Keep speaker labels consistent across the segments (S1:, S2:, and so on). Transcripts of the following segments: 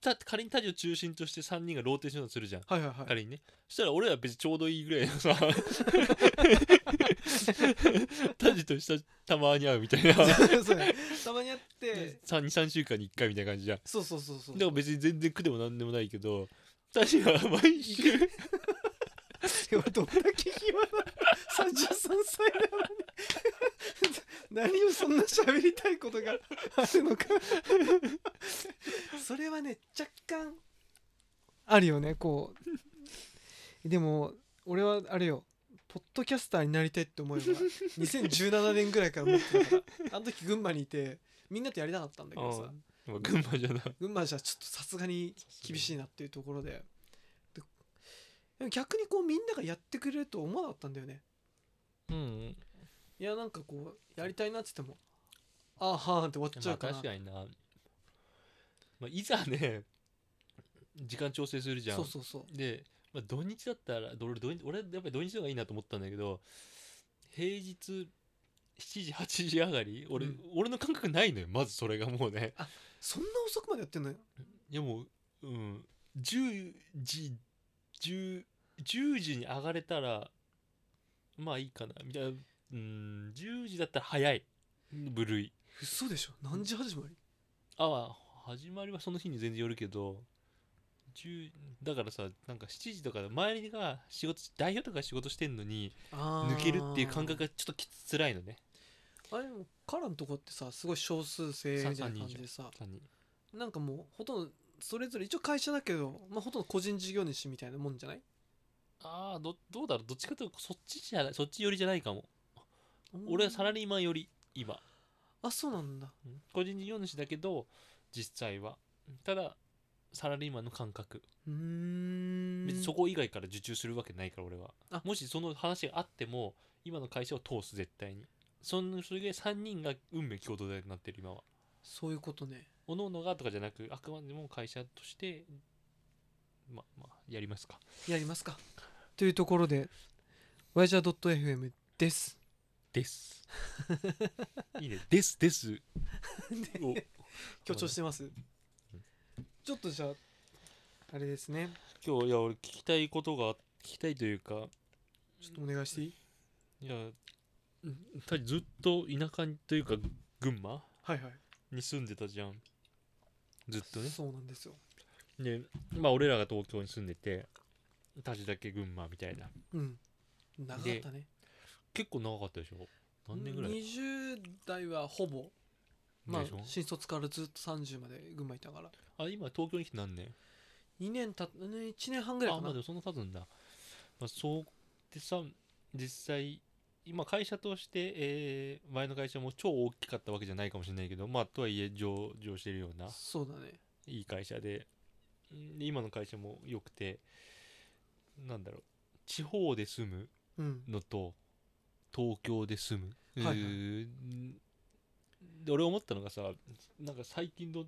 S1: た仮にタジを中心として3人がローテーションするじゃん
S2: はいはいはい
S1: 仮にねそしたら俺ら別にちょうどいいぐらいの さタジとしたたまに会うみたいな
S2: そうねたまにやって
S1: 323週間に1回みたいな感じじゃん
S2: そうそうそうそう
S1: だから別に全然苦でもなんでもないけどタジは毎週
S2: いやどんだけ暇な33歳なのに何をそんな喋りたいことがあるのかそれはね若干あるよねこうでも俺はあれよポッドキャスターになりたいって思いが2017年ぐらいから思ってたからあの時群馬にいてみんなとやりたかったんだけどさ
S1: まあ群馬じゃな
S2: 群馬じゃちょっとさすがに厳しいなっていうところでででも逆にこうみんながやってくれると思わなかったんだよね
S1: うん
S2: いやなんかこうやりたいなって言ってもあーはーんって終わっち
S1: ま
S2: ゃ
S1: あ
S2: うから、
S1: 確かにな、まあ、いざね時間調整するじゃん
S2: そうそうそう
S1: で、まあ、土日だったら俺土日俺やっぱり土日の方がいいなと思ったんだけど平日7時8時上がり俺、
S2: うん
S1: 俺の感覚ないのよまずそれがもうね
S2: そんな遅くまでやってんのよ
S1: いやもううん10時 10, 10時に上がれたらまあいいかなみたいなうん10時だったら早い部類
S2: 嘘でしょ何時始まり
S1: ああ始まりはその日に全然よるけど10だからさなんか7時とか周りが仕事代表とかが仕事してんのに
S2: あー
S1: 抜けるっていう感覚がちょっときつつらいのね
S2: あれでもカラのとこってさすごい少数制みたいな感じでさ
S1: 単に
S2: なんかもうほとんどそれぞれ一応会社だけど、まあ、ほとんど個人事業主みたいなもんじゃない
S1: ああどどうだろうどっちかというとそっちじゃないそっち寄りじゃないかも俺はサラ
S2: リ
S1: リーマン寄り今
S2: あそうなんだ
S1: うん個人事業主だけど実際はただサラリーマンの感覚
S2: うーん
S1: 別にそこ以外から受注するわけないから俺は
S2: あ
S1: もしその話があっても今の会社を通す絶対にそのそれで3人が運命共同体になってる今は
S2: そういうことね
S1: おののがとかじゃなくあくまでも会社としてままあやりますか
S2: やりますかというところで y j a .fm です
S1: です いいねですです を
S2: 強調してますちょっとじゃああれですね
S1: 今日いや俺聞きたいことが聞きたいというか
S2: ちょっとお願いしていい
S1: いやたずっと田舎にというか群馬
S2: はいはい
S1: に住んでたじゃんずっとね
S2: そうなんですよ
S1: でまあ俺らが東京に住んでてタジだけ群馬みたいな
S2: うん長かったね
S1: 結構長かったでしょ何年ぐらい
S2: 20代はほぼまあ
S1: でしょ
S2: 新卒からずっと30まで群馬いたから
S1: あ今東京に来て何年
S2: 2年たっ1年半ぐらい
S1: あ
S2: か
S1: ま
S2: な
S1: あでもそんな経つんだ、まあ、そうでさ実際今会社として、えー前の会社も超大きかったわけじゃないかもしれないけどまあとはいえ上場してるような
S2: そうだね
S1: いい会社でんで今の会社も良くてなんだろう地方で住む
S2: うん
S1: のと東京で住む、
S2: はいはいう
S1: ーんで俺思ったのがさなんか最近の、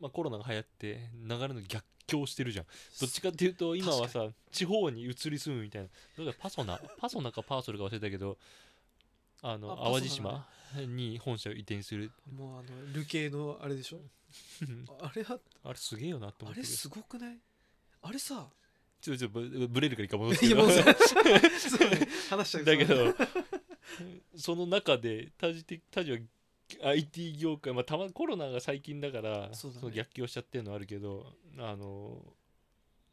S1: まあ、コロナが流行って流れの逆境してるじゃんどっちかっていうと今はさ地方に移り住むみたいなどうだパソナ パソナかパーソルか忘れたけどあの
S2: あ
S1: 淡路
S2: パソナ
S1: 島に本社を移転する
S2: もうあの流刑のあれでしょあれは
S1: あれすげえよなって思
S2: あ
S1: って
S2: れ
S1: る
S2: すごくないあれさ
S1: ちょちょぶぶれるから一回戻す
S2: い
S1: け
S2: や
S1: ど
S2: もうさそうね話しちゃう
S1: だけどその中でタジテタジは IT 業界、まあ、たまコロナが最近だから
S2: そうだね
S1: の逆境しちゃってるのあるけどあの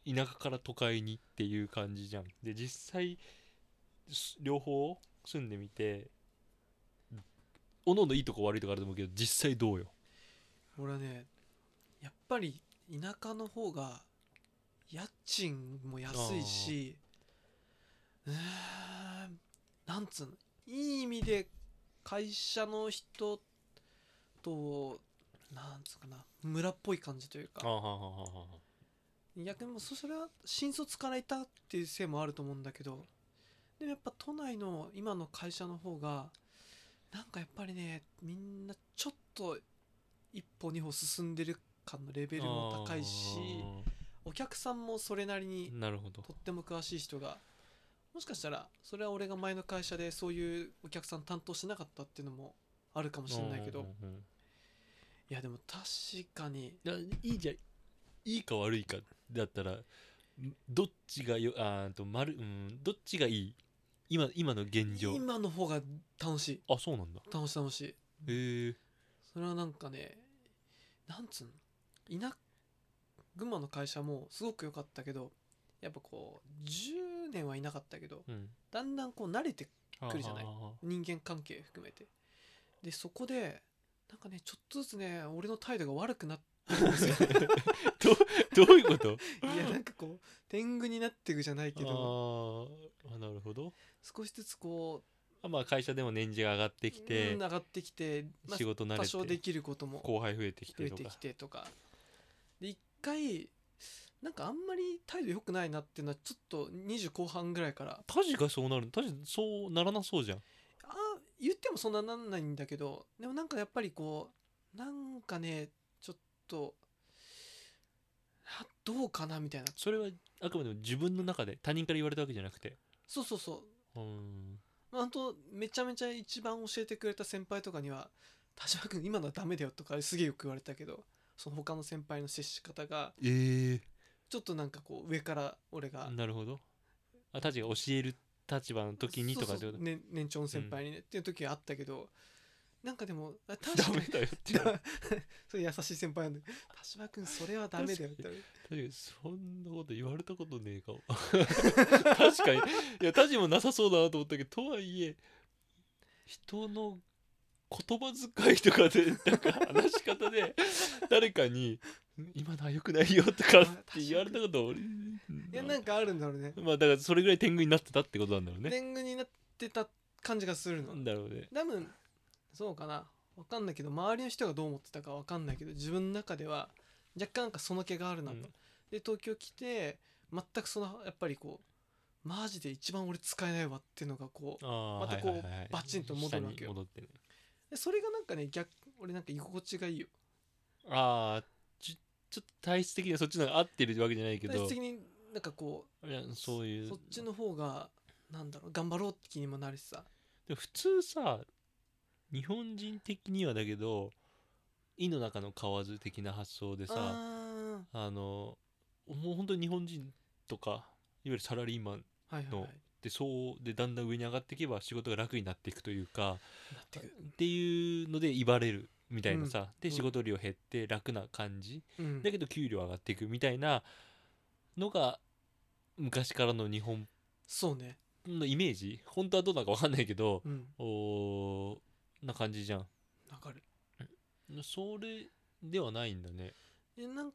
S1: 田舎から都会にっていう感じじゃんで実際す両方住んでみておのおのいいとこ悪いとこあると思うけど実際どうよ
S2: 俺はねやっぱり田舎の方が家賃も安いしうーんなんつうのいい意味で会社の人となんつうかな村っぽい感じという
S1: あ
S2: か
S1: ははははは
S2: 逆にもうそそれは新卒からいたっていうせいもあると思うんだけどでもやっぱ都内の今の会社の方がなんかやっぱりねみんなちょっと一歩二歩進んでる感のレベルも高いしお客さんもそれなり
S1: あ
S2: に
S1: ーなるほど
S2: とっても詳しい人がもしかしたらそれは俺が前の会社でそういうお客さん担当してなかったっていうのもあるかもしれないけど
S1: うんうんうん
S2: いやでも確かに
S1: いやいいじゃんいいか悪いかだったらんどっちがよあーと丸うんどっちがいい今今の現状
S2: 今の方が楽しい
S1: あそうなんだ
S2: 楽しい楽しい
S1: へえ
S2: それはなんかねなんつうの田群馬の会社もすごく良かったけどやっぱこう10年はいなかったけど
S1: うん
S2: だんだんこう慣れて
S1: 来
S2: 来るじゃない人間関係含めてでそこでなんかねちょっとずつね俺の態度が悪くなってくるんですよ
S1: どういうこと
S2: いやなんかこう天狗になっていくじゃないけど
S1: あーあなるほど
S2: 少しずつこ
S1: あまあ会社でも年次が上がっ
S2: う
S1: てきて
S2: うん上がってきて、まあ
S1: 仕事慣れて
S2: 多少できることも
S1: 後輩増えてき
S2: 増
S1: て
S2: え
S1: と
S2: て
S1: か
S2: きてとかで一回なんかあんまり態度良くないなっていうのはちょっと20後半ぐらいから
S1: タジがそうなるのタジそうならなそうじゃん
S2: あ言ってもそんななんないんだけどでもなんかやっぱりこうなんかねちょっとあどうかなみたいな
S1: それはあくまでも自分の中で他人から言われたわけじゃなくて
S2: そうそうそう
S1: うん
S2: まああとめちゃめちゃ一番教えてくれた先輩とかには「田島君今のはダメだよ」とかすげえよく言われたけどその他の先輩の接し方が
S1: ええ
S2: ちょっとなんかこう上から俺が
S1: なるほどあタジが教える立場の時にとかって
S2: そう
S1: こ
S2: そ
S1: と
S2: うね年長の先輩にね、っていう時はあったけどなんかでも あ確
S1: ダ
S2: か
S1: メ
S2: に
S1: だよって確
S2: そう優しい先輩なんで「田島君それはダメだよ」って言われて
S1: かにそんなこと言われたことねえかも 確かにいやタジもなさそうだなと思ったけどとはいえ人の言葉遣いとかでなんか話し方で誰かに「今のは良くないよ」とかって言われたこと俺
S2: いやなんかあるんだろうね
S1: まあだからそれぐらい天狗になってたってことなんだろうね。
S2: 天狗になってた感じがする
S1: な
S2: の
S1: んだろうね。
S2: 多分そうかなわかんないけど周りの人がどう思ってたかわかんないけど自分の中では若干なんかその気があるなと、
S1: うん
S2: で東京来て全くそのやっぱりこうマジで一番俺使えないわっていうのがこう
S1: あ
S2: ま
S1: あ
S2: たこうバチンと戻るわけよ
S1: 戻ってね。
S2: でそれがなんかね逆俺なんか居心地がいいよ
S1: ああちちょっと体質的にはそっちの方が合ってるわけじゃないけど
S2: 体質的になんかこ
S1: いやそういう
S2: うそっちの方がなんだろう頑張ろうって気にもなるしさ
S1: でも普通さ日本人的にはだけど「井の中の蛙」的な発想でさあ
S2: あ
S1: のもう本当に日本人とかいわゆるサラリーマンっ
S2: ーはいはい、はい
S1: の、てそうでだんだん上に上がっていけば仕事が楽になっていくというか
S2: なってく
S1: っていうので威張れるみたいなさ、で
S2: うん
S1: 仕事量減って楽な感じ、
S2: うん
S1: だけど給料上がっていくみたいなのが昔からの日本
S2: そうね
S1: のイメージ本当はどうなのか分かんないけど、
S2: うん
S1: おーな感じじゃん
S2: わかる
S1: それではないんだね
S2: えなん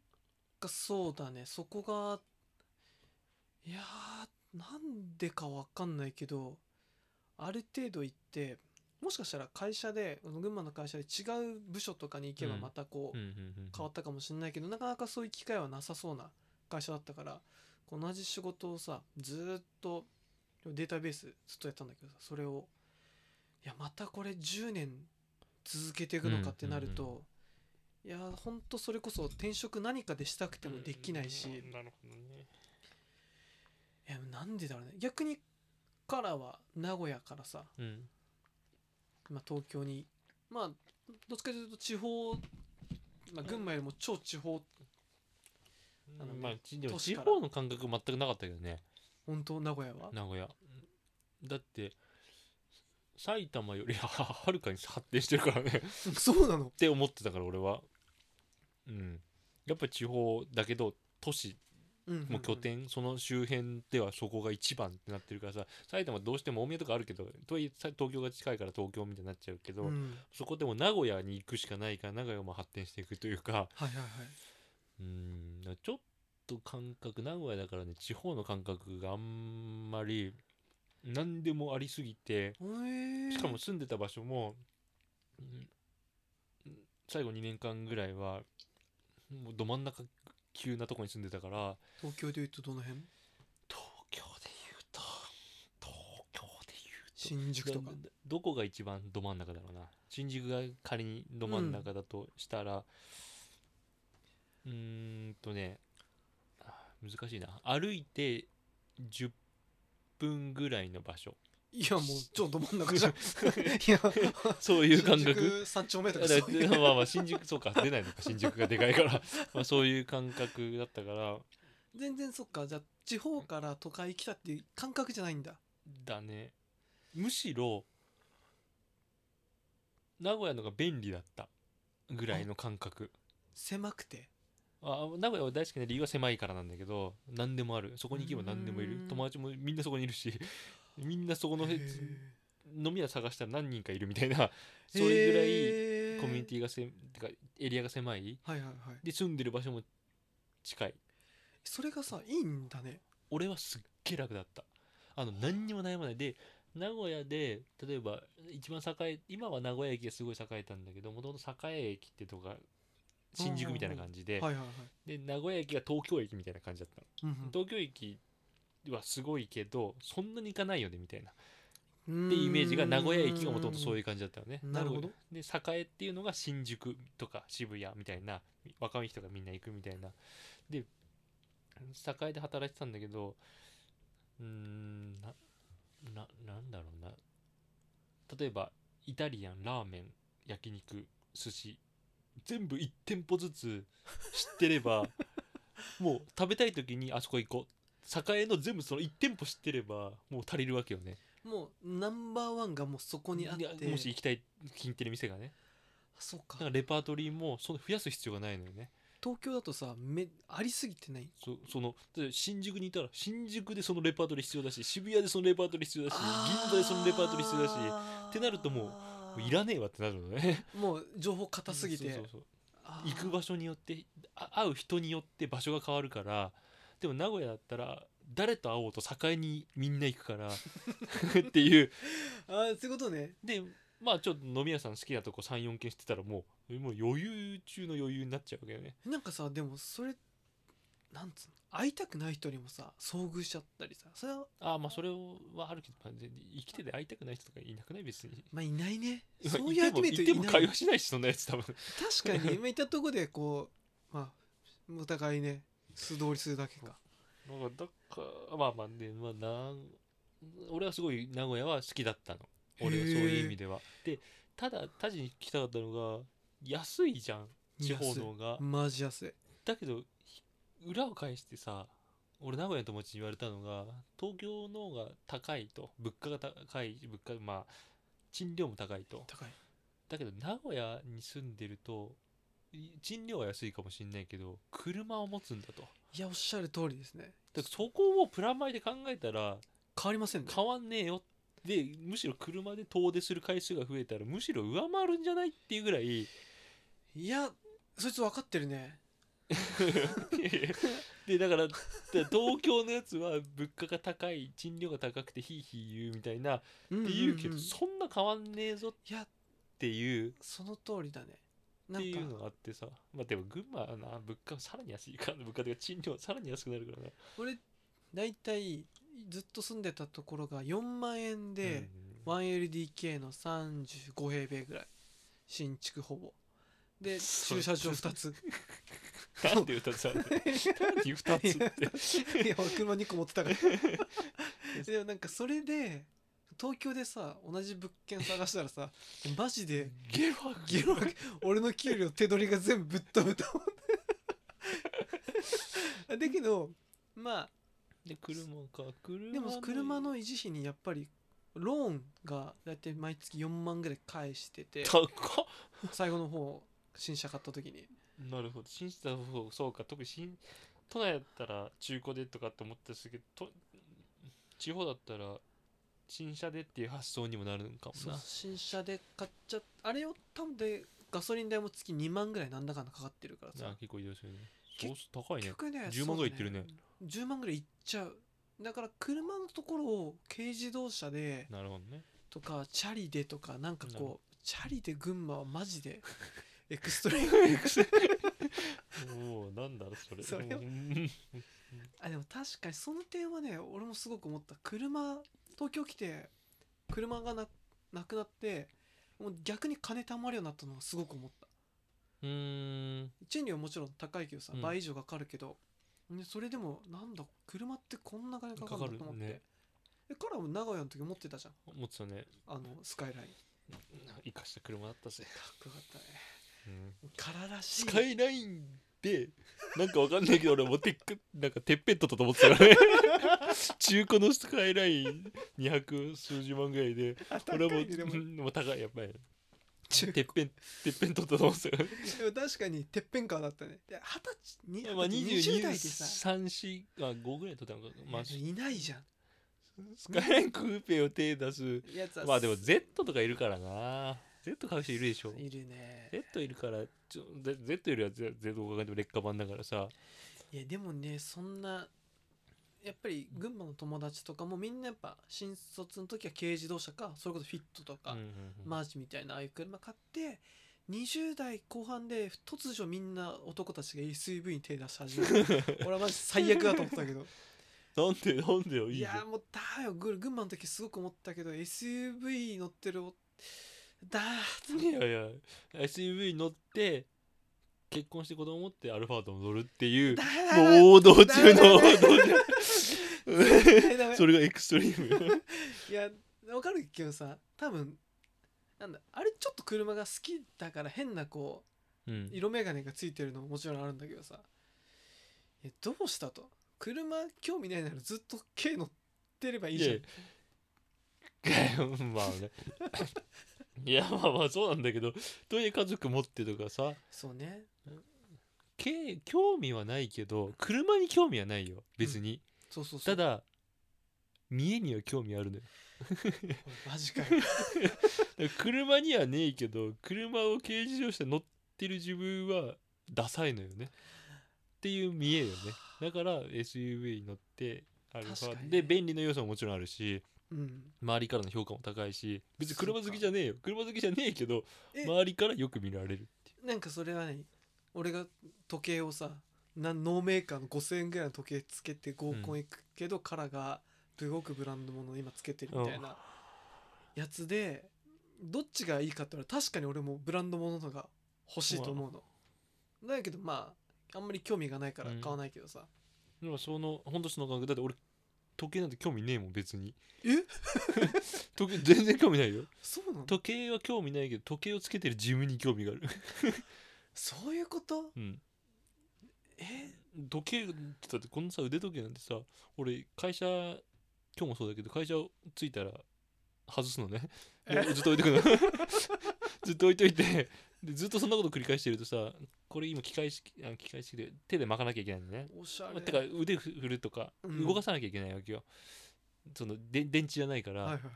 S2: かそうだねそこがいやーなんでかわかんないけどある程度行ってもしかしたら会社でこの群馬の会社で違う部署とかに行けば
S1: うん
S2: またこう
S1: うんうんうん
S2: 変わったかもしれないけどなかなかそういう機会はなさそうな会社だったから同じ仕事をさずーっとデータベースずっとやったんだけどさそれをいやまたこれ10年続けていくのかってなる
S1: うん
S2: と、いやほんとそれこそ転職何かでしたくてもできないし、
S1: うんなるほどね
S2: いやなんでだろうね逆にからは名古屋からさ、
S1: うん
S2: まあ、東京にまあどっちかというと地方、まあ、群馬よりも超地方あのね
S1: まあちでも
S2: 都
S1: 地
S2: 市から
S1: 方の感覚全くなかったけどね
S2: 本当名古屋は
S1: 名古屋だって埼玉よりははるかに発展してるからね
S2: そうなの
S1: って思ってたから俺はうんやっぱり地方だけど都市もう拠点、その周辺ではそこが一番ってなってるからさ埼玉どうしても大宮とかあるけどとはいえさ東京が近いから東京みたいになっちゃうけ
S2: う
S1: ど、
S2: んうんうんうん
S1: そこでも名古屋に行くしかないから名古屋も発展していくというか
S2: はいはいはい
S1: うんだからちょっと感覚名古屋だからね地方の感覚があんまり何でもありすぎて
S2: へえ
S1: しかも住んでた場所も、うん最後2年間ぐらいはもうど真ん中急なとこに住んでたから
S2: 東京でいうとどの辺
S1: 東京で言うと東京で言うと
S2: 新宿とか
S1: どどこが一番ど真ん中だろうな新宿が仮にど真ん中だとしたらうーんとねあ難しいな歩いて10分ぐらいの場所
S2: いやもう超ど真ん 中じゃんいや
S1: そういう感覚
S2: 新宿3丁目とか
S1: だ
S2: そう
S1: か
S2: いう
S1: らまあまあ新宿そうか出ないのか新宿がでかいからまあそういう感覚だったから
S2: 全然そっかじゃあ地方から都会来たっていう感覚じゃないんだ
S1: だねむしろ名古屋のが便利だったぐらいの感覚
S2: 狭くて
S1: あ名古屋は大好きな理由は狭いからなんだけど何でもあるそこに行けば何でもいうる
S2: ーん
S1: 友達もみんなそこにいるし みんなそこのへ飲み屋探したら何人かいるみたいなそれぐらいコミュニテ
S2: ィ
S1: ィがせてかエリアが狭い
S2: はいはいはい
S1: で住んでる場所も近い
S2: それがさいいんだね
S1: 俺はすっげえ楽だったあの何にも悩まないで名古屋で例えば一番栄え今は名古屋駅がすごい栄えたんだけどもともと栄駅ってとか新宿みたいな感じで、
S2: はいはいはい
S1: で名古屋駅が東京駅みたいな感じだったの、
S2: うん
S1: 東京駅はすごいけどそんなに行かないよねみたいな
S2: うん
S1: でイメージが名古屋駅がもともとそういう感じだったよね
S2: うんなるほ
S1: 名
S2: ど
S1: 古屋で栄っていうのが新宿とか渋谷みたいな若い人がみんな行くみたいなで栄で働いてたんだけどうーんなななんだろうな例えばイタリアンラーメン焼肉寿司全部1店舗ずつ知ってれ ばもう食べたい時にあそこ行こう栄の全部その1店舗知ってればもう足りるわけよね
S2: もうナンバーワンがもうそこにあっ
S1: いや
S2: て
S1: もし行きたい気に入ってる店がね
S2: そう
S1: だ
S2: か
S1: からレパートリーもその増やす必要がないのよね
S2: 東京だとさめありすぎてない
S1: そそのだって新宿にいたら新宿でそのレパートリー必要だし渋谷でそのレパートリー必要だし銀座でそのレパートリー必要だしも
S2: し
S1: ってなるともううい
S2: ん
S1: らねえわってなるのね
S2: もう情報硬すぎて
S1: そうそうそう
S2: あー
S1: 行く場所によってあ会う人によって場所が変わるからでも名古屋だったら誰と会おうと境にみんな行くから っていう
S2: あーそういうことね
S1: でまあちょっと飲み屋さん好きなとこ34軒してたらもうもう余裕中の余裕になっちゃうわけよね
S2: なんかさでもそれなんつうの会いたくない人にもさ遭遇しちゃったりさそれは
S1: ああまあそれはあるけど、まあ、全然生きてて会いたくない人とかいなくない別に。
S2: まあいないね
S1: まあ
S2: そういうアニメ
S1: い
S2: と
S1: てもい
S2: い
S1: ても
S2: な
S1: 会
S2: い
S1: 話しないしそんなやつ多分
S2: 確かに今いたとこでこうまあお互いね素通りするだけか
S1: なんかだからまあまあで、まあ、なん俺はすごい名古屋は好きだったの俺はそういう意味
S2: で
S1: ではでただタジに聞きたかったのが安いじゃん地方の方が
S2: マジ安い
S1: だけどひ裏を返してさ俺名古屋の友達に言われたのが東京の方が高いと物価が高い物価まあ賃料も高いと
S2: 高い
S1: だけど名古屋に住んでるとい賃料は安いかもしれないけど車を持つんだとだか
S2: いやおっしゃる通りですね
S1: らそこをプラマイで考えたら
S2: 変わりませんね
S1: 変わんねえよでむしろ車で遠出する回数が増えたらむしろ上回るんじゃないっていうぐらい
S2: いやそいつ分かってるね
S1: でだからだ東京のやつは物価が高い賃料が高くてヒーヒー言うみたいなっ
S2: うん
S1: て言うけど、
S2: んんい
S1: そんな変わんねえぞっ
S2: や
S1: ていう
S2: その通りだね
S1: っ
S2: な
S1: て
S2: ん
S1: い
S2: か
S1: うのがあってさまあでも群馬はな物価さらに安いから物価というか賃料さらに安くなるからな
S2: 俺大体ずっと住んでたところが4万円で、
S1: うん
S2: 1LDK の35平米ぐらい新築ほぼで
S1: そ
S2: 駐車場2つ
S1: なんで歌つあるのなんで歌つって
S2: いや車2個持ってたからでもなんかそれで東京でさ同じ物件探したらさマジで
S1: ゲロ吐く
S2: ゲロ吐き俺の給料手取りが全部ぶっ飛ぶと思って だけどまあ
S1: で車か車
S2: でも車の維持費にやっぱりローンがだいたい毎月4万ぐらい返してて
S1: 高っ
S2: 最後の方新車買った時に
S1: なるほど新車の方そうか特に新都内だったら中古でとかって思ってたんですけどと地方だったら新車でっていう発想にもなるんか
S2: そ
S1: も
S2: う
S1: な
S2: 新車で買っちゃあれを多分でガソリン代も月2万ぐらいなんだかんだかかってるから
S1: な
S2: さ
S1: 結構移動するね
S2: け
S1: そうす高いね
S2: 結局ね
S1: 10万ぐらいいってるね
S2: そう10万ぐらいいっちゃうだから車のところを軽自動車で
S1: なるほどね
S2: とかチャリでとかなんか
S1: なるほ
S2: こうチャリで群馬はマジ でエクストリーム
S1: おおなんだろうそれ
S2: それを
S1: うん
S2: あでも確かにその点はね俺もすごく思った車東京来て車がななくなってもう逆に金貯まるようになったのはすごく思った
S1: うーん
S2: 賃料はもちろん高いけどさ、
S1: うん
S2: 倍以上かかるけど、ね、それでもなんだ車ってこんな金かかるんだと思って、
S1: かかるね
S2: えカラーも名古屋の時持ってたじゃん
S1: もっとね
S2: あのスカイライン
S1: 生かした車だったぜ、
S2: かっこよかったね
S1: うん
S2: カラーらしい
S1: スカイラインでなんかわかんないけど俺もてっくなんかてっぺん取ったと思ってたから ね中古のスカイライン200数十万ぐらいで
S2: あ高い
S1: 俺
S2: ね
S1: はもう,、
S2: で
S1: う
S2: も
S1: ん、もう高いやっぱり
S2: 中
S1: てっぺんてっぺん取ったと思ってたから
S2: でも確かにてっぺん感だったねで二十歳に
S1: まあ
S2: 20代でさ
S1: 22345ぐらい取ったのか、まあ、ス
S2: いないじゃん
S1: カイラインクーペを手出す
S2: やつは
S1: まあでも Z とかいるからな Z 買う人いるでしょ
S2: いるね
S1: Z いるからちょ Z- Z よりは Z, Z を考えても劣化版だからさ
S2: いやでもねそんなやっぱり群馬の友達とかもみんなやっぱ新卒の時は軽自動車かそれこそフィットとか、
S1: うんうんうん
S2: マーチみたいなああいう車買って20代後半で突如みんな男たちが SUV に手出し始め る俺はマジ最悪だと思ったけど
S1: なんでなんでよいい
S2: い
S1: じゃん
S2: やもうだよぐ群馬の時すごく思ったけど SUV 乗ってるおだー
S1: いやいや SUV に乗って結婚して子供持ってアルファードも乗るっていう
S2: だ
S1: も
S2: ー
S1: う王道中の王
S2: ダメダ
S1: 道
S2: メ
S1: 中
S2: ダメダメ
S1: それがエクストリーム
S2: いやわかるけどさ多分なんだあれちょっと車が好きだから変なこ
S1: うん
S2: う色眼鏡がついてるのももちろんあるんだけどさいやどうしたと車興味ないならずっと軽乗ってればいいじゃん
S1: いやまあ ねいやまあまあそうなんだけどとはいえ家族持ってとかさ
S2: そうね
S1: け興味はないけど車に興味はないよ別に、
S2: そうそうそう
S1: ただ見えには興味あるのよ
S2: おいマジか
S1: だ
S2: よ
S1: から 車にはねえけど車を軽自動車乗ってる自分はダサいのよねっていう見えよねだから SUV に乗ってアルフ
S2: 確か
S1: ァ
S2: に
S1: で
S2: ね
S1: 便利の要素ももちろんあるし
S2: うん
S1: 周りからの評価も高いし別に車好
S2: そう
S1: き
S2: か
S1: じゃねえよ車好きじゃねえけど
S2: え
S1: 周りからよく見られるってい
S2: なんかそれはね俺が時計をさなノーメーカーの5000円ぐらいの時計つけて合コン行くけど、カラがすごくブランドものを今つけてるみたいなやつでどっちがいいかって言ったら確かに俺もブランドもののが欲しいと思うの、だけどまああんまり興味がないから買わないけどさ、
S1: うでもそのほんとその感覚だって俺時計なんて興味ねえもん別に
S2: え
S1: 時計全然興味ないよ
S2: そうなの
S1: 時計は興味ないけど時計をつけてる自分に興味がある
S2: そういうこと
S1: うん
S2: え
S1: 時計だってこのさ腕時計なんてさ俺会社今日もそうだけど会社着いたら外すのねでずっと置いとくの ずっと置いといてでずっとそんなこと繰り返してるとさこれ今機械式あ機械式で手で巻かなきゃいけないのね
S2: おしゃ
S1: まあ
S2: れ
S1: てか腕振るとか
S2: うん
S1: 動かさなきゃいけないわけよ、そので電池じゃないから、
S2: はいはいはい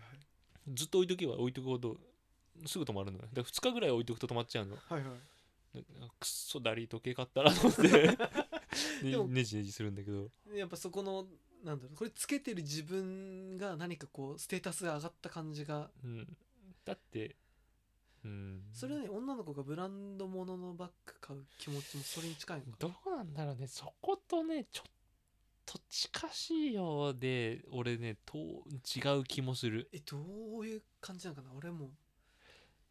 S1: ずっと置いとけば置いとくほどすぐ止まるのねだから2日ぐらい置いとくと止まっちゃうの
S2: はいはい
S1: でくっそだりい時計買ったらと思 ってで
S2: でも
S1: ネジネジするんだけど
S2: やっぱそこのなんだろうこれつけてる自分が何かこうステータスが上がった感じが
S1: うん、だって、うん、
S2: それはね女の子がブランド物のバッグ買う気持ちもそれに近いのか
S1: どうなんだろうねそことねちょっと近しいようで俺ねと違う気もする、
S2: えどういう感じなのかな俺も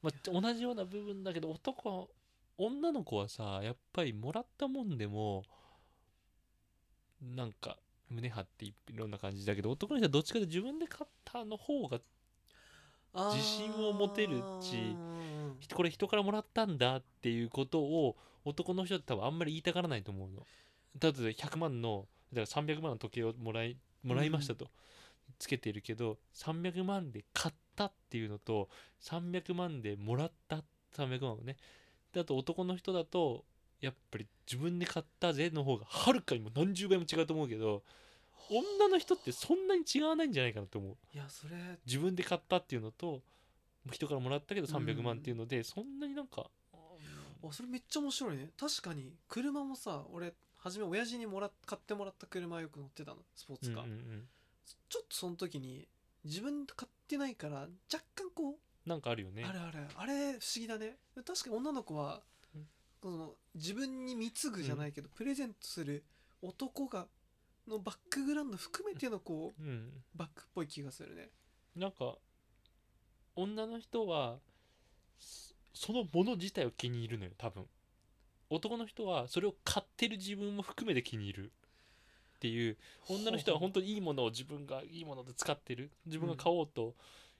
S1: まあ、同じような部分だけど男は女の子はさやっぱりもらったもんでもなんか胸張っていろんな感じだけど男の人はどっちかというと自分で買ったの方が
S2: あー
S1: 自信を持てるし
S2: うん
S1: これ人からもらったんだっていうことを男の人って多分あんまり言いたがらないと思うの。だって100万のだから300万の時計をもらいもらいましたと、つけてるけど300万で買ったっていうのと300万でもらった300万をねだと男の人だとやっぱり自分で買ったぜの方がはるかにも何十倍も違うと思うけど女の人ってそんなに違わないんじゃないかなと思う。
S2: いやそれ
S1: 自分で買ったっていうのと人からもらったけど300万っていうので、そんなになんか
S2: あそれめっちゃ面白いね確かに車もさ俺初め親父にもらっ買ってもらった車よく乗ってたのスポーツカー、
S1: うんうんうん
S2: ちょっとその時に自分で買ってないから若干こう
S1: なんかあるよね
S2: あれあれあれ不思議だね確かに女の子は、
S1: うん
S2: その自分に貢ぐじゃないけど、プレゼントする男がのバックグラウンド含めてのこう
S1: うん、
S2: バックっぽい気がするね
S1: なんか女の人はそそのもの自体を気に入るのよ多分男の人はそれを買ってる自分も含めて気に入るっていう女の人は本当にいいものを自分がいいもので使ってる自分が買おうと、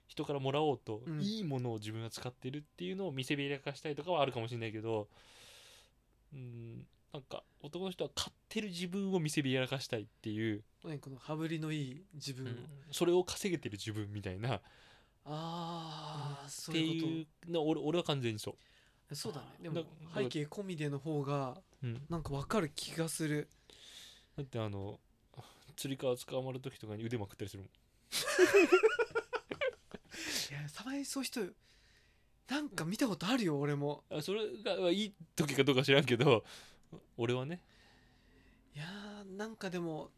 S1: 人からもらおうと、
S2: うん
S1: いいものを自分が使ってるっていうのを見せびらかしたりとかはあるかもしれないけどうんなんか男の人は買ってる自分を見せびらかしたいっていう、
S2: 当にこの羽振りのいい自分を、
S1: それを稼げてる自分みたいなっ
S2: ああそう
S1: て
S2: いうこと
S1: いうの俺俺は完全にそう。
S2: そうだねで
S1: だ
S2: も
S1: から
S2: 背景込みでの方が
S1: うん
S2: なんかわかる気がする
S1: だってあの釣り革捕まる時とかに腕まくったりするもん
S2: いやさまにそういう人なんか見たことあるよ俺も
S1: あそれがいい時かどうか知らんけど俺はね
S2: いやーなんかでも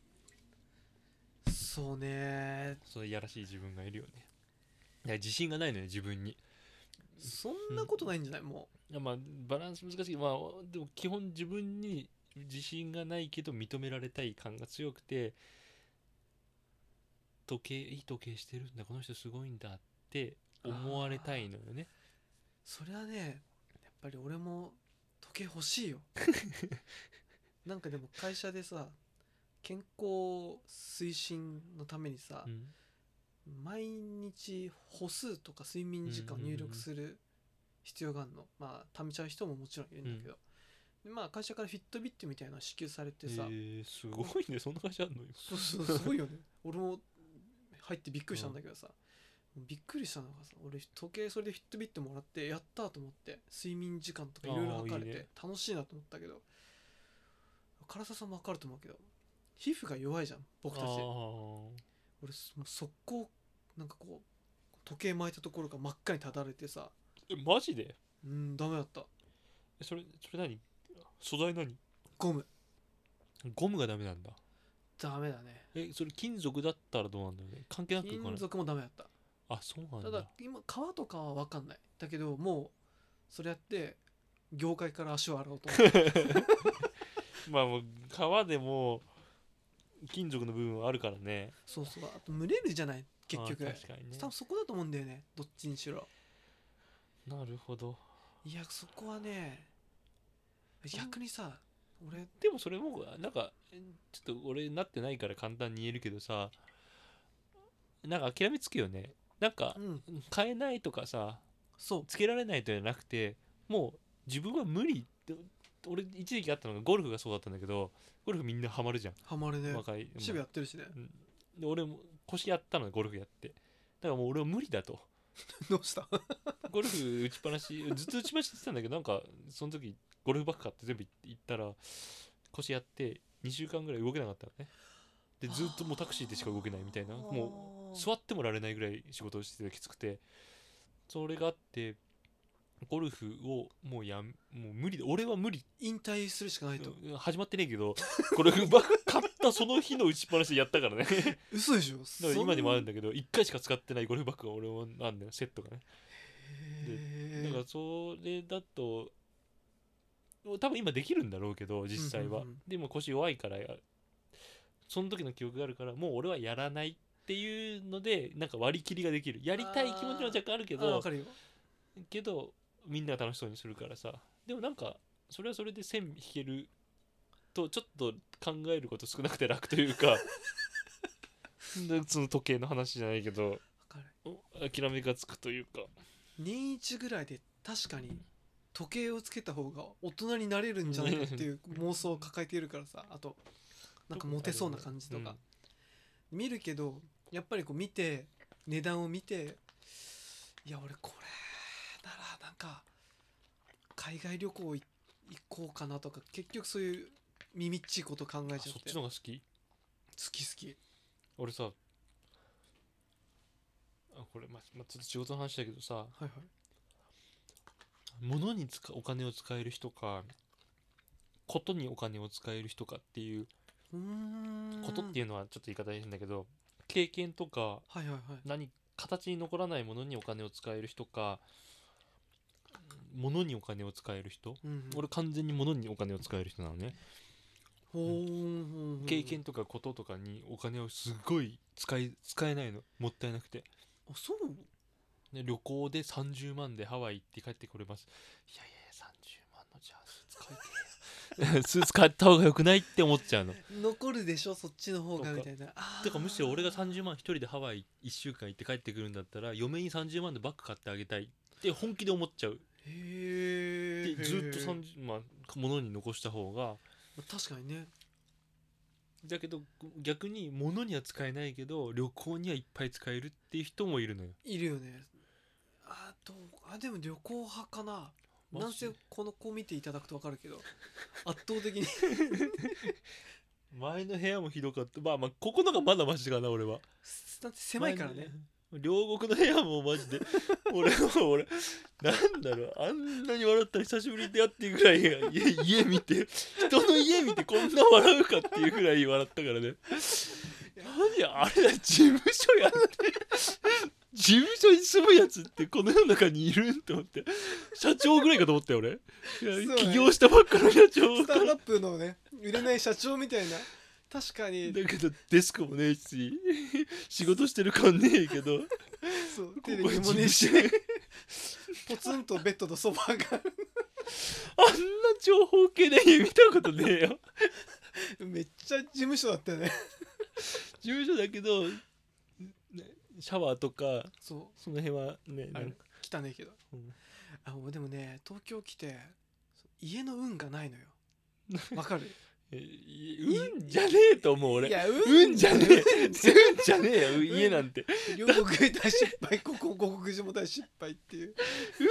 S2: そうね
S1: そのいやらしい自分がいるよねいや自信がないのよ自分に
S2: そんなことないんじゃないも
S1: いやまあバランス難しいまあでも基本自分に自信がないけど認められたい感が強くて時計いい時計してるんだこの人すごいんだって思われたいのよね
S2: うそれはねやっぱり俺も時計 欲しいよなんかでも会社でさ健康推進のためにさ、
S1: うん
S2: 毎日歩数とか睡眠時間を入力する必要があるの、まあ貯めちゃう人ももちろんいるんだけど、でまあ会社からフィットビットみたいなの支給されてさ、
S1: えーすごいねそんな会社あんのよ
S2: そうそうすごいよね俺も入ってびっくりしたんだけどさ、びっくりしたのがさ俺時計それでフィットビットもらってやったと思って睡眠時間とかいろいろ測れ
S1: あーいい
S2: て
S1: ね
S2: 楽しいなと思ったけど唐沢さんも分かると思うけど皮膚が弱いじゃん僕たち俺すもう速攻なんかこう時計巻いたところが真っ赤にただれてさ
S1: あーえマジで
S2: うんダメだった
S1: えそれそれ何素材何
S2: ゴム
S1: ゴムがダメなんだ
S2: ダメだね
S1: えそれ金属だったらどうなんだろうね関係なくいかな
S2: 金
S1: い
S2: 属もダメだった
S1: あそうなんだ
S2: ただ今革とかは分かんないだけどもうそれやって業界から足を洗おうと 思って
S1: まあもう革でも金属の部分はあるからね
S2: そうそうあと蒸れるじゃない結局
S1: あー確かにね
S2: 多分そこだと思うんだよねどっちにしろ
S1: なるほど
S2: いやそこはね逆にさ俺
S1: でもそれもなんかちょっと俺なってないから簡単に言えるけどさなんか諦めつくよねなんか
S2: うん
S1: 買えないとかさ
S2: そう
S1: つけられないとじゃなくてもう自分は無理って俺一時期あったのがゴルフがそうだったんだけどゴルフみんなハマるじゃん
S2: ハマるね
S1: 若い
S2: 守備やってるしね
S1: で俺も腰やったのゴルフやってだからもう俺は無理だと
S2: どうした
S1: ゴルフ打ちっぱなし ずっと打ちっぱなしって言ってたんだけどなんかその時ゴルフバッグ買って全部行ったら腰やって2週間ぐらい動けなかったのねでずっともうタクシーでしか動けないみたいなもう座
S2: っ
S1: ってもられないぐらい仕事をしててきつくてそれがあってゴルフをもうやんもう無理だ俺は無理
S2: 引退するしかないと、
S1: うん始まってねえけどゴルフバッグ買ったその日の打ちっぱなしでやったからね
S2: 嘘でしょ
S1: だから今でもあるん
S2: だ
S1: だけど1回しか使ってないゴルフバッグが俺もあんだよセットがねだからそれだと多分今できるんだろうけど実際は、
S2: うんうんうん
S1: でも腰弱いからやその時の記憶があるからもう俺はやらないっていうのでなんか割り切りができるやりたい気持ちは若干あるけ
S2: けど
S1: ど
S2: 分かるよ
S1: けどみんなが楽しそうにするからさでもなんかそれはそれで線引けるとちょっと考えること少なくて楽という かでその時計の話じゃないけど
S2: 分かる
S1: お諦めがつくというか
S2: 年一ぐらいで確かに時計をつけた方が大人になれるんじゃないかっていう妄想を抱えているからさあとなんかモテそうな感じとか、見るけどやっぱりこう見て値段を見ていや俺これならなんか海外旅行い行こうかなとか結局そういう耳っちいこと考え
S1: あ
S2: ちゃ
S1: そ
S2: っ
S1: ってち
S2: 好
S1: の方が好き
S2: き好き
S1: 俺さあこれ、ままちょっと仕事の話だけどさ
S2: はいはい
S1: 物に使お金を使える人かことにお金を使える人かっていう
S2: うーん
S1: ことっていうのはちょっと言い方変だけど、経験とか
S2: はいはいはい
S1: 何形に残らないものにお金を使える人か物にお金を使える人、
S2: うんうん
S1: 俺完全に物にお金を使える人なのね、
S2: ほーんほーんほーん
S1: 経験とかこととかにお金をすごい使い使えないのもったいなくて
S2: あそう
S1: で旅行で30万でハワイ行って帰ってこれますいやいやいや30万のジャージ使いて スーツ買った方が良くないって思っちゃう の
S2: 残るでしょそっちの方が
S1: そうか
S2: みたいなあー
S1: だからむしろ俺が30万一人でハワイ1週間行って帰ってくるんだったら嫁に30万でバッグ買ってあげたいって本気で思っちゃう
S2: へ
S1: で
S2: え
S1: ずっと30まあ物に残した方が
S2: 確かにね
S1: だけど逆に物には使えないけど旅行にはいっぱい使えるっていう人もいるのよ
S2: いるよねあとあでも旅行派かな
S1: マジ
S2: なんせこの子見ていただくと分かるけ ど圧倒的に
S1: 前の部屋もひどかったまあまあここのがまだマシかな俺は
S2: だって狭いからね
S1: 前の両国の部屋もマジで 俺も俺なんだろうあんなに笑ったら久しぶりに出会っていうぐらい家家見て人の家見てこんな笑うかっていうぐらい笑ったからね何あれだ事務所やって事務所に住むやつってこの世の中にいるんと思って社長ぐらいかと思ったよ俺いや
S2: そうね
S1: 起業したばっかの社長
S2: スタ
S1: か
S2: ート
S1: ら
S2: アップのね売れない社長みたいな確かに
S1: だけどデスクもねえし仕事してる感ねえけど
S2: そう
S1: こ
S2: テレビもねえしねポツンとベッドとソファーが
S1: あんな長方形で見たことねえよ
S2: めっちゃ事務所だったよね
S1: 事務所だけど、ね、シャワーとか
S2: そ
S1: その辺はね
S2: う
S1: な
S2: あれ
S1: んか
S2: 汚いけど
S1: うん
S2: あ俺でもね東京来て家の運がな いのよわかる
S1: えいうんじゃねえと思う俺
S2: や
S1: うんじゃねえうん
S2: じゃ
S1: じゃねえよ家なんて
S2: 両国大失敗ここ五国寺も大失敗っていう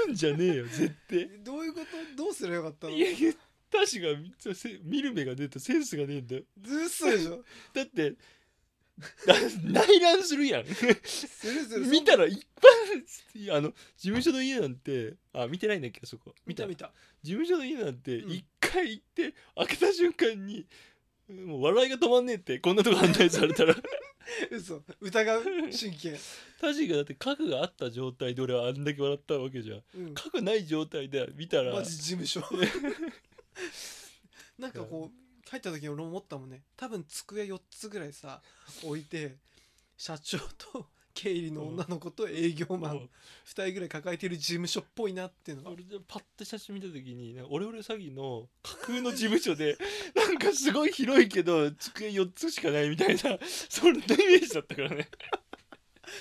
S1: うんじゃねえよ絶対
S2: どういうことどうすればよかったの
S1: いやいや確かにせ見る目がねえとセンスがねえんだよ
S2: ずっするでしょ
S1: だってだ内覧するやん
S2: するする
S1: 見たら一般いやあの事務所の家なんてあ見てないんだっけあそこ
S2: 見た見た
S1: 事務所の家なんて
S2: うん
S1: 一回行って、開けた瞬間にもう笑いが止まんねえってこんなとこ案内され たら
S2: 嘘疑う神経
S1: 確かだって核があった状態で俺はあんだけ笑ったわけじゃん
S2: うん
S1: 核ない状態で見たら
S2: マジ事 務所なんかこう入った時に俺思ったもんね多分机4つぐらいさ置いて社長と経理の女の子と営業マ
S1: うん
S2: ン2人ぐらい抱えてる事務所っぽいなっていうのが
S1: 俺パッと写真見た時になんかオレオレ詐欺の架空の事務所で なんかすごい広いけど机4つしかないみたいなそんなイメージだったからね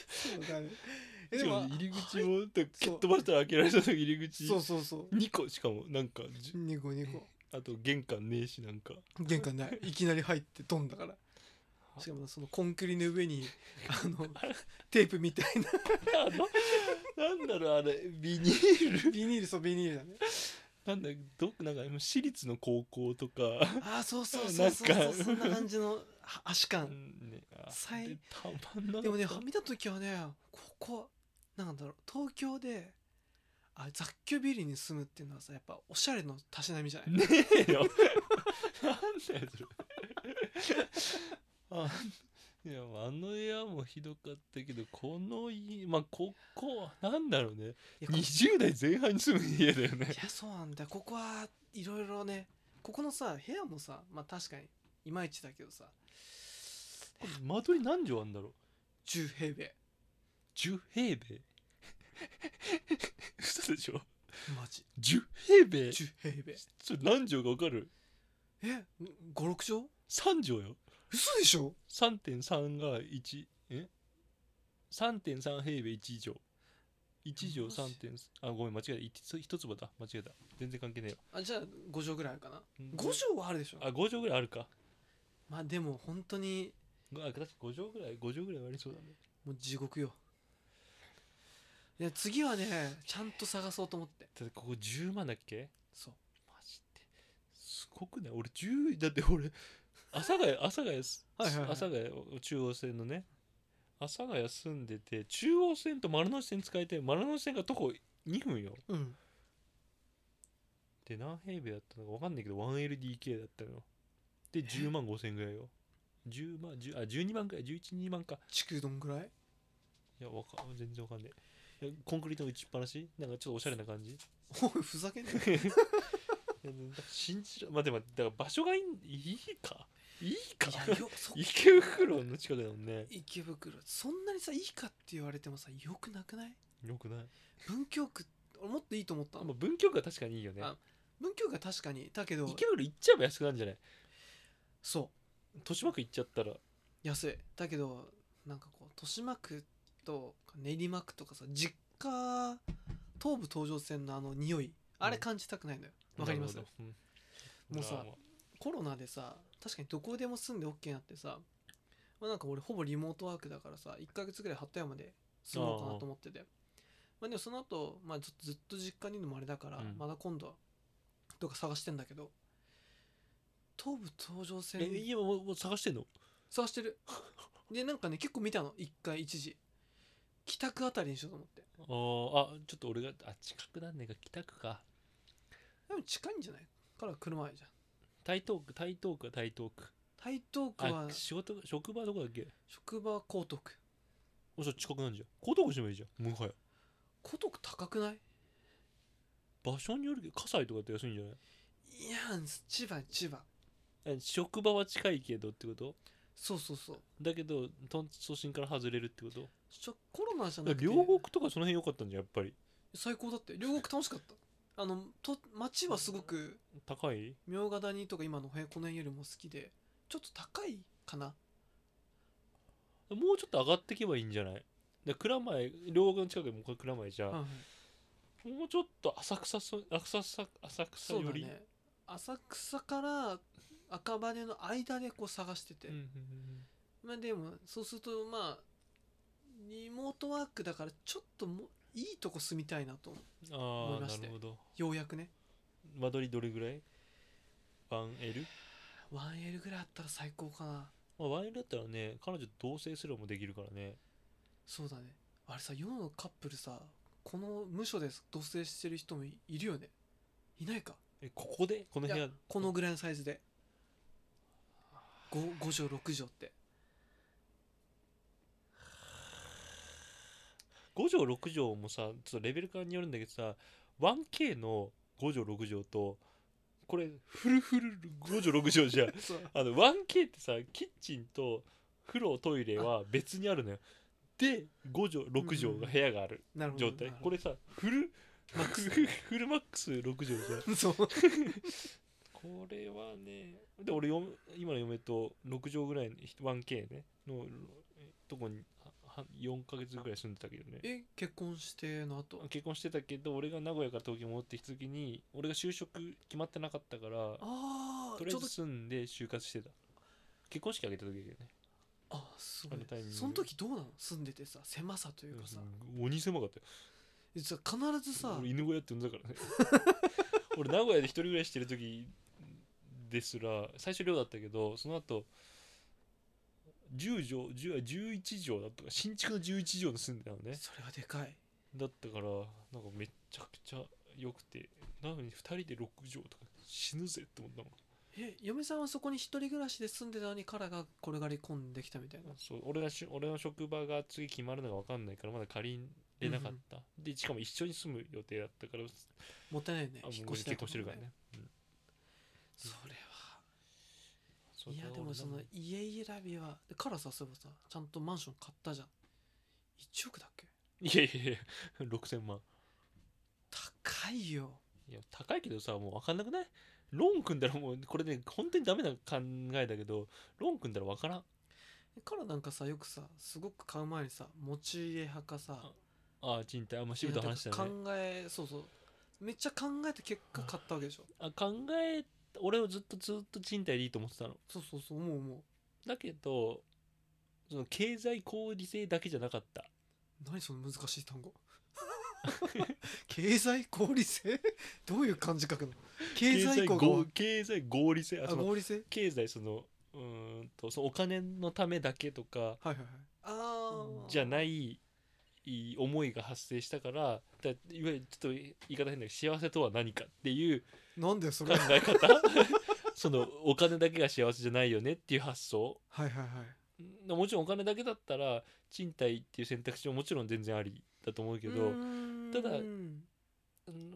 S2: そうだね え
S1: し
S2: で
S1: かも
S2: も
S1: 入り口も蹴っ飛ばしたら開けられた時入り口
S2: そうそうそう
S1: 2個しかもなんかじ
S2: ニコニコ
S1: あと玄関ねえしなんか
S2: 玄関ないいきなり入ってドンだからしかもそのコンクリの 上にあのテープみたい
S1: あのなんだろうあれビニー
S2: な
S1: ル
S2: ビニールそうビニールだね
S1: なんだどなんか私立の高校とか、
S2: ああそうそうそうそう
S1: な
S2: そ
S1: ん
S2: う
S1: か
S2: そんな感じのは足
S1: う
S2: 感
S1: んね、あ
S2: 最
S1: でたまんなかった
S2: でもねはみ出た時はねここなんだろう東京であ雑居ビルに住むっていうのはさやっぱおしゃれのたしなみじゃない
S1: ねえよなんだよそれあいやあの部屋もひどかったけどこの家まあここはなんだろうね
S2: いやこい
S1: 20代前半に住む家だよね
S2: やそうなんだよここはいろいろねここのさ部屋もさまあ確かにいまいちだけどさ
S1: これ間取り何畳あんだろう
S2: 10平米
S1: 10平米嘘でしょ
S2: マジ
S1: 10平米
S2: 10平米
S1: それ何畳か分かる
S2: え56畳
S1: ?3 畳よ
S2: 嘘でしょ
S1: 3.3が1え3.3平米1以上1
S2: マジ
S1: 畳3.3あごめん間違えた一つ一坪だ間違えた全然関係ねえわ
S2: あじゃあ5畳ぐらいあるかな
S1: うん
S2: 5畳はあるでしょ
S1: あ5畳ぐらいあるか
S2: まあでも本当に
S1: あ確か5畳ぐらい5畳ぐらいはありそうだね
S2: もう地獄よいや次はねちゃんと探そうと思って
S1: だってここ10万だっけ
S2: そう
S1: マジですごくない俺10だって 俺阿佐ヶ谷阿佐ヶ谷す
S2: はいはいはい
S1: 阿佐ヶ谷中央線のね阿佐ヶ谷住んでて中央線と丸ノ内線使えて丸ノ内線が徒歩2分よ
S2: うん
S1: で何平米だったのか分かんないけど 1LDK だったのよで10万5000ぐらいよ10万10あ12万ぐらい112万か
S2: 築どんぐらい
S1: いやわか全然分かんないいやコンクリートの打ちっぱなしなんかちょっとおしゃれな感じい
S2: おいふざけんなよ
S1: や なんか信じら待って待ってだから場所がいいいいかいいか
S2: いやよそ
S1: 池袋の近くだもんね
S2: 池袋そんなにさいいかって言われてもさよくなくない
S1: よくない
S2: 文京区俺もっといいと思った
S1: あ
S2: の
S1: まあ文京区は確かにいいよね
S2: あ文京区は確かにだけど
S1: 池袋行っちゃえば安くなるんじゃない
S2: そ
S1: 豊島区行っちゃったら
S2: う安いだけどなんかこう豊島区とか練馬区とかさ実家東武東上線のあの匂いあれ感じたくないのよわ、かります
S1: なるほどん
S2: もうさ
S1: まあまあ
S2: コロナでさ確かにどこでも住んで OK になってさ、まあ、なんか俺ほぼリモートワークだからさ1ヶ月ぐらい鳩山で住もうかなと思っててまあ、でもその後、まあずずっと実家にいるのもあれだから、
S1: うん
S2: まだ今度はどっか探してんだけど東武東上線
S1: え家ももう探してんの
S2: 探してるでなんかね結構見たの一回一時北区あたりにしようと思って
S1: あーあちょっと俺があ近くなんねんか北区か
S2: でも近いんじゃないから車あるじゃん
S1: 台東区台東区は台東区
S2: 台東区
S1: あ
S2: は
S1: 仕事職場どこだっけ
S2: 職場江東区
S1: おそ近くなんじゃん江東区してもいいじゃんもはや
S2: 江東区高くない
S1: 場所によるけど葛西とかって安いんじゃない
S2: いや千葉千葉
S1: え職場は近いけどってこと
S2: そうそうそう
S1: だけど都都心から外れるってこと
S2: ちょコロナじゃな
S1: だ
S2: く
S1: か
S2: て
S1: ら両国とかその辺良かったんじゃんやっぱり
S2: 最高だって両国楽しかったあのと街はすごく
S1: 高い
S2: 茗ヶ谷とか今の辺この辺よりも好きでちょっと高いかな
S1: もうちょっと上がってけばいいんじゃないで蔵前両国の近くでもうこれ蔵前じゃん、
S2: はいはい
S1: もうちょっと浅草そ浅草浅草
S2: そう
S1: よ
S2: だ
S1: り
S2: ね浅草から赤羽の間でこう探してて、
S1: うんうん
S2: まあでもそうするとまあリモートワークだからちょっともいいとこ住みたいなと思う
S1: うんうん
S2: 思い
S1: あ
S2: ま
S1: あ
S2: して
S1: なるほど
S2: ようやくね
S1: 間取りどれぐらい 1L?
S2: 1L ぐらいあったら最高かな
S1: まあ、1L だったらね彼女と同棲すらもできるからね
S2: そうだねあれさ世のカップルさこの無所で同棲してる人もいいるよねいないか
S1: えここでこの
S2: い
S1: 部
S2: や
S1: 屋
S2: このぐらいのサイズで 5, 5畳6畳って
S1: 5畳6畳もさちょっとレベル感によるんだけどさ 1K の5畳6畳とこれフルフル5畳6畳じゃん あの 1K ってさキッチンと風呂トイレは別にあるのよで5畳6畳が部屋がある
S2: なるほど
S1: 状態
S2: なる
S1: こ
S2: ほど
S1: れさフル
S2: マックス
S1: フルマックス6畳じゃん
S2: そう
S1: これはねで俺よ今の嫁と6畳ぐらいの 1K ねのとこに4ヶ月ぐらい住んでたけどね
S2: え結婚しての後
S1: 結婚してたけど俺が名古屋から東京戻ってきた時に俺が就職決まってなかったから
S2: あ
S1: と
S2: あ
S1: り
S2: ち
S1: あえ
S2: ょっと
S1: ず住んで就活してた結婚式あげた時だよね
S2: あすご
S1: あのタイミ
S2: い
S1: ング
S2: その時どうなの住んでてさ狭さというかさ
S1: うん鬼狭かったよ
S2: 実は必ずさ
S1: 俺犬小屋って呼んだからね 俺名古屋で一人暮らししてる時ですら最初寮だったけどその後10畳10あ11畳だったから新築の11畳の住んでたのね
S2: それはでかい
S1: だったからなんかめちゃくちゃ良くてなのに2人で6畳とか死ぬぜって思ったもん
S2: え嫁さんはそこに一人暮らしで住んでたのに彼が転がり込んできたみたいな
S1: そう俺がし俺の職場が次決まるのが分かんないからまだ借りれなかった、でしかも一緒に住む予定だったから
S2: もったいないよね
S1: あもう
S2: 引っ
S1: 結
S2: 越しだと
S1: 婚してるからね、
S2: それは
S1: うん
S2: いや
S1: う
S2: でもその
S1: 俺
S2: 家選びはでからさそういえばさちゃんとマンション買ったじゃん1億だっけ
S1: いやいやいや6000万
S2: 高いよ
S1: いや高いけどさもう分かんなくないローン組んだらもうこれね本当にダメな考えだけどローン組んだら分からん
S2: でからなんかさよくさすごく買う前にさ持ち家派かさ
S1: ああ賃貸あんま渋と話した
S2: 考
S1: ね
S2: えそうそうめっちゃ考えて結果買ったわけでしょ
S1: あ考え俺をずっとずっと賃貸でいいと思ってたの
S2: そうそうそう思う思う
S1: だけどその経済効率性だけじゃなかった
S2: 何その難しい 単語経済合理性どういう漢字書くの経済効
S1: 合
S2: 果
S1: 経済合理性あ
S2: あ
S1: その
S2: 合理性
S1: 経済そのうーんとそのお金のためだけとか
S2: はいはいはいああ
S1: じゃ
S2: い
S1: ないいい思いが発生したからだいわゆるちょっと言い方変だけど幸せとは何かっていう
S2: なんだよそ
S1: 考
S2: れはい
S1: え方 そのお金だけが幸せじゃないよねっていう発想
S2: はいはい
S1: もちろんお金だけだったら賃貸っていう選択肢ももちろん全然ありだと思うけど
S2: うーん
S1: ただうん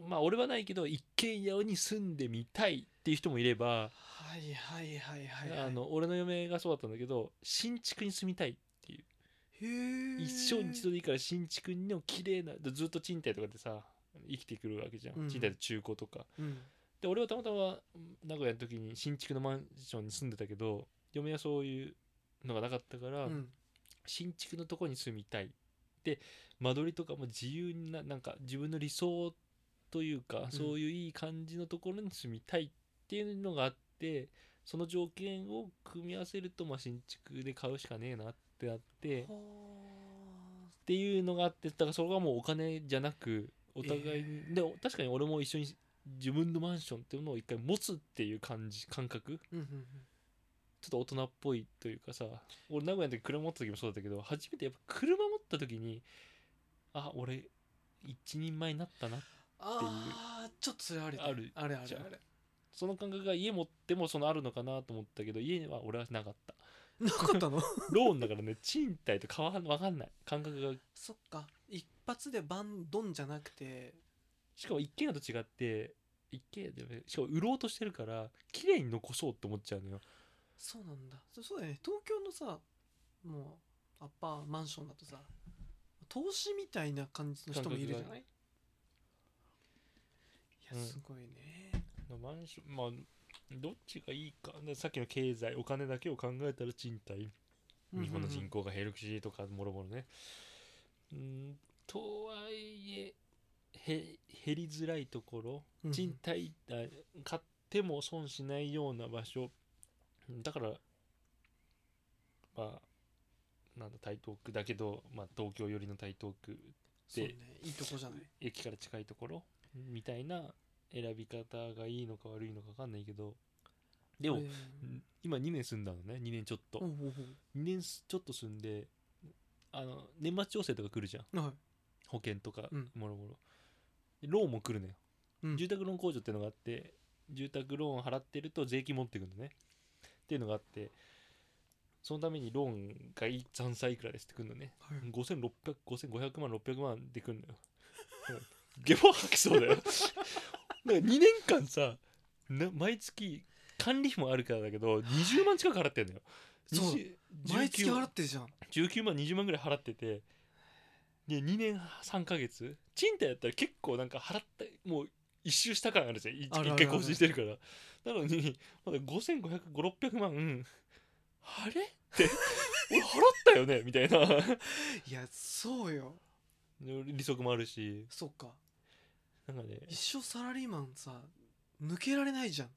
S1: まあ俺はないけど一軒家に住んでみたいっていう人もいれば
S2: はいはいはいはいはい
S1: あの俺の嫁がそうだったんだけど新築に住みたい
S2: へー
S1: 一生に一度でいいから新築の綺麗なずっと賃貸とかでさ生きてくるわけじゃん、
S2: うん
S1: 賃貸で中古とか
S2: うん
S1: で俺はたまたま名古屋の時に新築のマンションに住んでたけど嫁はそういうのがなかったから、
S2: うん
S1: 新築のとこに住みたいで間取りとかも自由にななんか自分の理想というか、そういういい感じのところに住みたいっていうのがあってその条件を組み合わせると、まあ、新築で買うしかねえなってなってっ
S2: ほ
S1: ていうのがあってだからそれがもうお金じゃなくお互いに、
S2: え
S1: で確かに俺も一緒に自分のマンションっていうのを一回持つっていう感じ感覚
S2: ーうんうんうん
S1: ちょっと大人っぽいというかさ俺名古屋の時車持った時もそうだったけど初めてやっぱ車持った時にあ俺一人前になったな
S2: ああちょっとそれあるね
S1: ある
S2: あれあ
S1: じ
S2: れ
S1: ゃん
S2: あれ
S1: その感覚が家持ってもそのあるのかなと思ったけど家には俺はなかった
S2: な かったの
S1: ローンだからね賃貸と変わん分かんない感覚が
S2: そっか一発でバンドンじゃなくて
S1: しかも一軒家と違って一軒家でもねしかも売ろうとしてるから綺麗に残そうって思っちゃうのよ
S2: そうなんだそそうだよね東京のさもうアッパーマンションだとさ投資みたいな感じの人もいるじゃないい
S1: う
S2: や
S1: ん
S2: すごいね、
S1: マンションまあどっちがいいかでさっきの経済お金だけを考えたら賃貸日本の人口が減るしとかもろもろねうんとはいえへ減りづらいところ
S2: うんうん
S1: 賃貸だ買っても損しないような場所だからまあなんだ台東区だけど、まあ、東京寄りの台東区
S2: そうねいいとこじゃない
S1: 駅から近いところみたいな選び方がいいのか悪いのか分かんないけどでも、
S2: えー
S1: 今2年住んだのね2年ちょっと、
S2: おうおう
S1: 2年すちょっと住んであの年末調整とか来るじゃん
S2: おうはい
S1: 保険とか
S2: うん
S1: もろもろでローンも来るのよ、
S2: うん
S1: 住宅ローン控除っていうのがあって住宅ローン払ってると税金持ってくるのねっていうのがあってそのためにローンがい残債いくらですってくるのね
S2: はい
S1: 56005500万600万でくるのよ うんゲボ吐きそうだよだから2年間さな毎月管理費もあるからだけど20万近く払ってんのよ
S2: そう
S1: 20
S2: 毎月
S1: 19
S2: 払ってるじゃん
S1: 19万20万ぐらい払っててで2年3ヶ月賃貸だったら結構なんか払ったもう一周した感あるじゃんい
S2: あるある
S1: 一回更新してるからなのにまだ55005600万、うんあれって 俺払ったよねみたいない
S2: やそうよ
S1: で利息もあるし
S2: そっか
S1: なんかね
S2: 一生サラリーマンさ抜けられないじゃん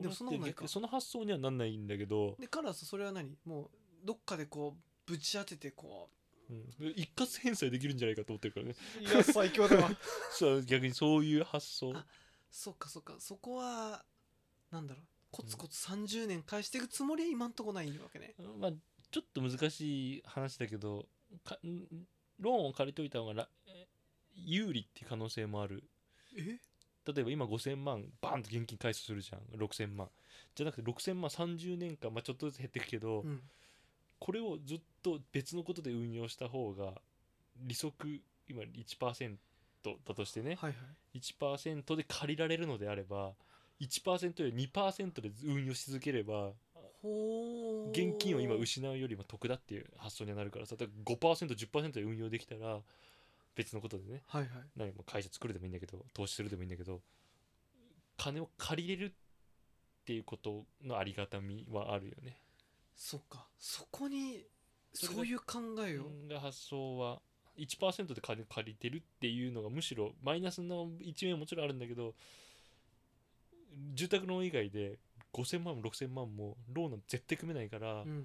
S2: でもそんなことな
S1: 俺って
S2: いか
S1: 逆にその発想にはなんないんだけど、
S2: でカラスそれは何もうどっかでこうぶち当ててこ
S1: うん一括返済できるんじゃないかと思ってるからね
S2: ういや最強だわ
S1: そう逆にそういう発想
S2: あ そっかそっかそこはなんだろうコツコツ30年返していくつもりは今んとこないわけね
S1: まあちょっと難しい話だけどかんローンを借りといた方がらえ有利っていう可能性もある
S2: え
S1: 例えば今5000万バーンと現金回収するじゃん6000万じゃなくて6000万30年間、まあ、ちょっとずつ減っていくけど、
S2: うん
S1: これをずっと別のことで運用した方が利息今1%だとしてね、
S2: はいはい
S1: 1%で借りられるのであれば1%より2%で運用し続ければ
S2: ほー
S1: 現金を今失うよりも得だっていう発想にはなるからさだから 5%10% で運用できたら別のことでね
S2: はいはい
S1: 何も会社作るでもいいんだけど投資するでもいいんだけど金を借りれるっていうことのありがたみはあるよね。
S2: そっかそこに
S1: それが
S2: そういう考えを、
S1: 自分が発想は1%で金借りてるっていうのがむしろマイナスの一面ももちろんあるんだけど住宅ローン以外で5000万も6000万もローンなんて絶対組めないから、
S2: うん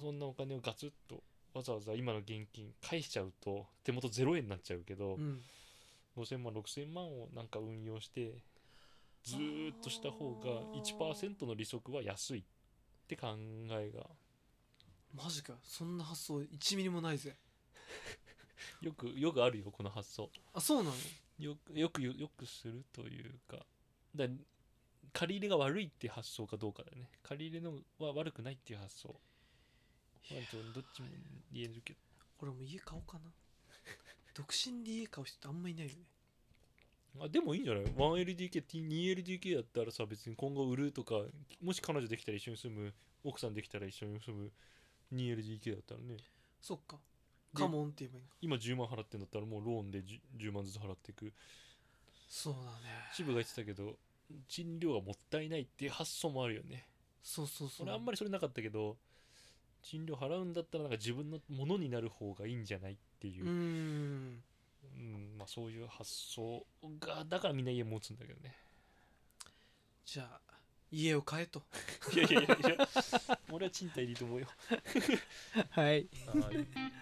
S1: そんなお金をガツッとわざわざ今の現金返しちゃうと手元0円になっちゃうけど、
S2: うん、
S1: 5000万6000万をなんか運用してずーっとした方が1%の利息は安いって考えが
S2: マジかそんな発想1ミリもないぜ
S1: よくよくあるよこの発想。
S2: あそうなの
S1: よくよくよよくするというかだ借り入れが悪いっていう発想かどうかだよね借り入れのは悪くないっていう発想まあどどっちも言えるけど
S2: 俺も家買おう かな独身で家買う人ってあんまいないよね
S1: あでもいいんじゃない 1LDK2LDK だったらさ別に今後売るとかもし彼女できたら一緒に住む奥さんできたら一緒に住む 2LDK だったらね
S2: そっか
S1: で
S2: カモンって言えばいいのか
S1: 今10万払ってんだったらもうローンで 10, 10万ずつ払っていく
S2: そうだね
S1: 渋が言ってたけど賃料がもったいないっていう発想もあるよね
S2: そうそうそう
S1: 俺あんまりそれなかったけど賃料払うんだったらなんか自分のものになる方がいいんじゃないっていうう、
S2: ん
S1: うんまあ、そういう発想がだからみんな家持つんだけどね
S2: じゃあ家を買えと
S1: いやいやいやいや俺は賃貸でいいと思うよ
S2: はい
S1: はい